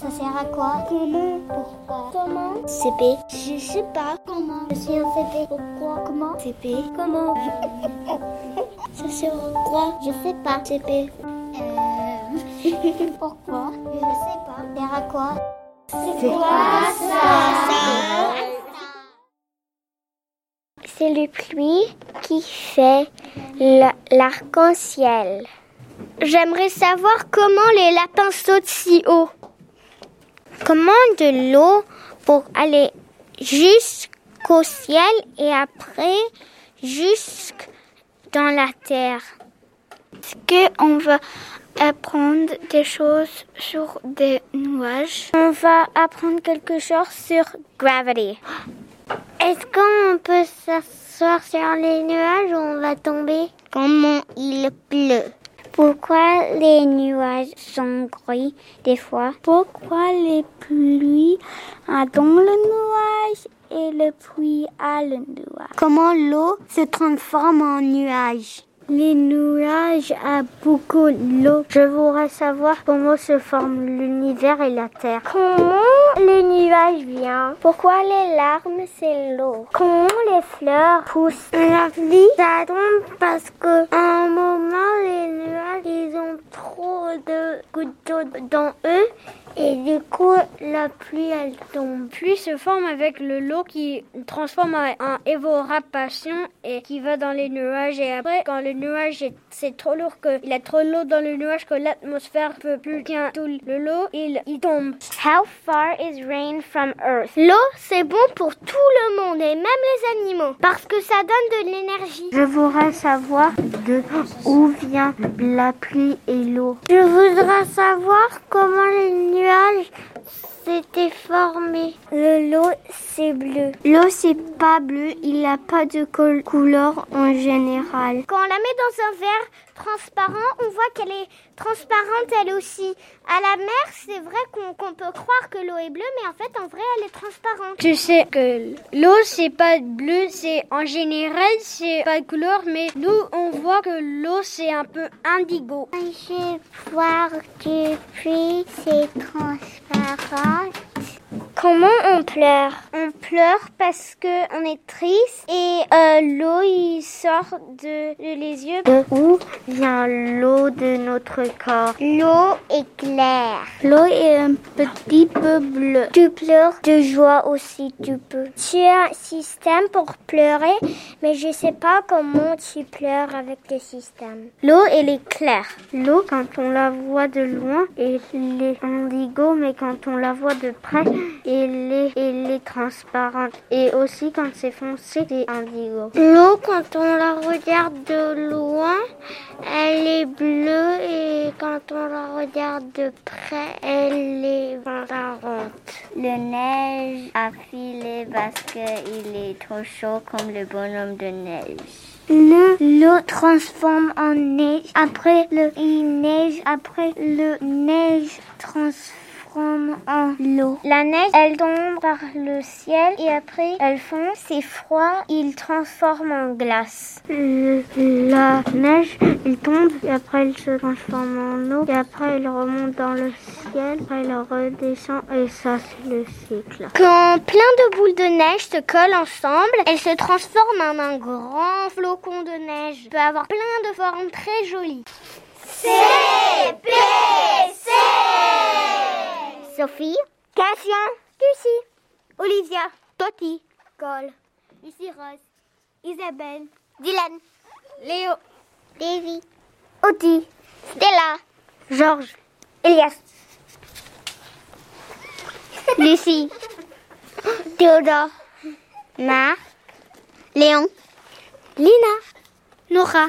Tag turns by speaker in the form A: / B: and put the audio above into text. A: sert à quoi Comment Pourquoi Comment CP Je sais pas. Comment Je suis en CP. Pourquoi Comment CP Comment Ça sert à quoi Je sais pas. CP. Pourquoi Je sais pas. Sert à quoi C'est quoi ça C'est le pluie qui fait l'arc-en-ciel. J'aimerais savoir comment les lapins sautent si haut. Comment de l'eau pour aller jusqu'au ciel et après jusque dans la terre. Est-ce qu'on va apprendre des choses sur des nuages On va apprendre quelque chose sur gravity. Est-ce qu'on peut s'asseoir sur les nuages ou on va tomber Comment il pleut Pourquoi les nuages sont gris des fois Pourquoi les pluies a dans le nuage et le pluie à le nuage Comment l'eau se transforme en nuage les nuages à beaucoup d'eau. Je voudrais savoir comment se forment l'univers et la Terre. Comment les nuages viennent Pourquoi les larmes c'est l'eau Comment les fleurs poussent La pluie, ça tombe parce que à un moment les nuages ils ont trop de gouttes d'eau dans eux et du coup la pluie elle tombe.
B: pluie se forme avec le lot qui transforme en en évaporation et qui va dans les nuages. Et après, quand le nuage est, c'est trop lourd, qu'il a trop l'eau dans le nuage, que l'atmosphère peut plus bien tout le lot, il, il tombe.
A: How far is rain from Earth? L'eau, c'est bon pour tout le monde et même les animaux parce que ça donne de l'énergie. Je voudrais savoir de où vient la pluie et l'eau. Je voudrais savoir comment les nuages s'étaient formés. Le lot, c'est bleu. L'eau, c'est pas bleu, il n'a pas de col- couleur en général. Quand on la met dans un verre transparent, on voit qu'elle est transparente elle aussi. À la mer, c'est vrai qu'on qu'on peut croire que l'eau est bleue, mais en fait, en vrai, elle est transparente.
B: Tu sais que l'eau, c'est pas bleu, c'est en général, c'est pas de couleur, mais nous, on voit que l'eau, c'est un peu indigo.
A: Je voir du puits, c'est transparent. Comment on pleure On pleure parce que on est triste et euh, l'eau il sort de, de les yeux. De où vient l'eau de notre corps L'eau est claire. L'eau est un petit peu bleue. Tu pleures de joie aussi, tu peux. Tu as un système pour pleurer, mais je sais pas comment tu pleures avec le système. L'eau elle est claire. L'eau quand on la voit de loin elle est indigo, mais quand on la voit de près elle est, elle est transparente. Et aussi quand c'est foncé c'est indigo. L'eau quand on la regarde de loin elle est bleue et quand on la regarde de près, elle est transparente.
C: Le neige a filé parce qu'il est trop chaud comme le bonhomme de neige.
A: Le l'eau transforme en neige. Après le il neige, après le neige transforme en l'eau. La neige, elle tombe par le ciel et après elle fond, c'est froid, il transforme en glace. La neige, elle tombe et après elle se transforme en eau et après elle remonte dans le ciel, après elle redescend et ça c'est le cycle. Quand plein de boules de neige se collent ensemble, elles se transforment en un grand flocon de neige. Il peut avoir plein de formes très jolies. C, P, C Sophie, Cassien, Lucie, Olivia, Totti, Cole, Lucie Rose, Isabelle, Dylan, Léo, Davy, Oti, Stella, Georges, Elias, Lucie, Théodore, Marc, Léon, Lina, Nora,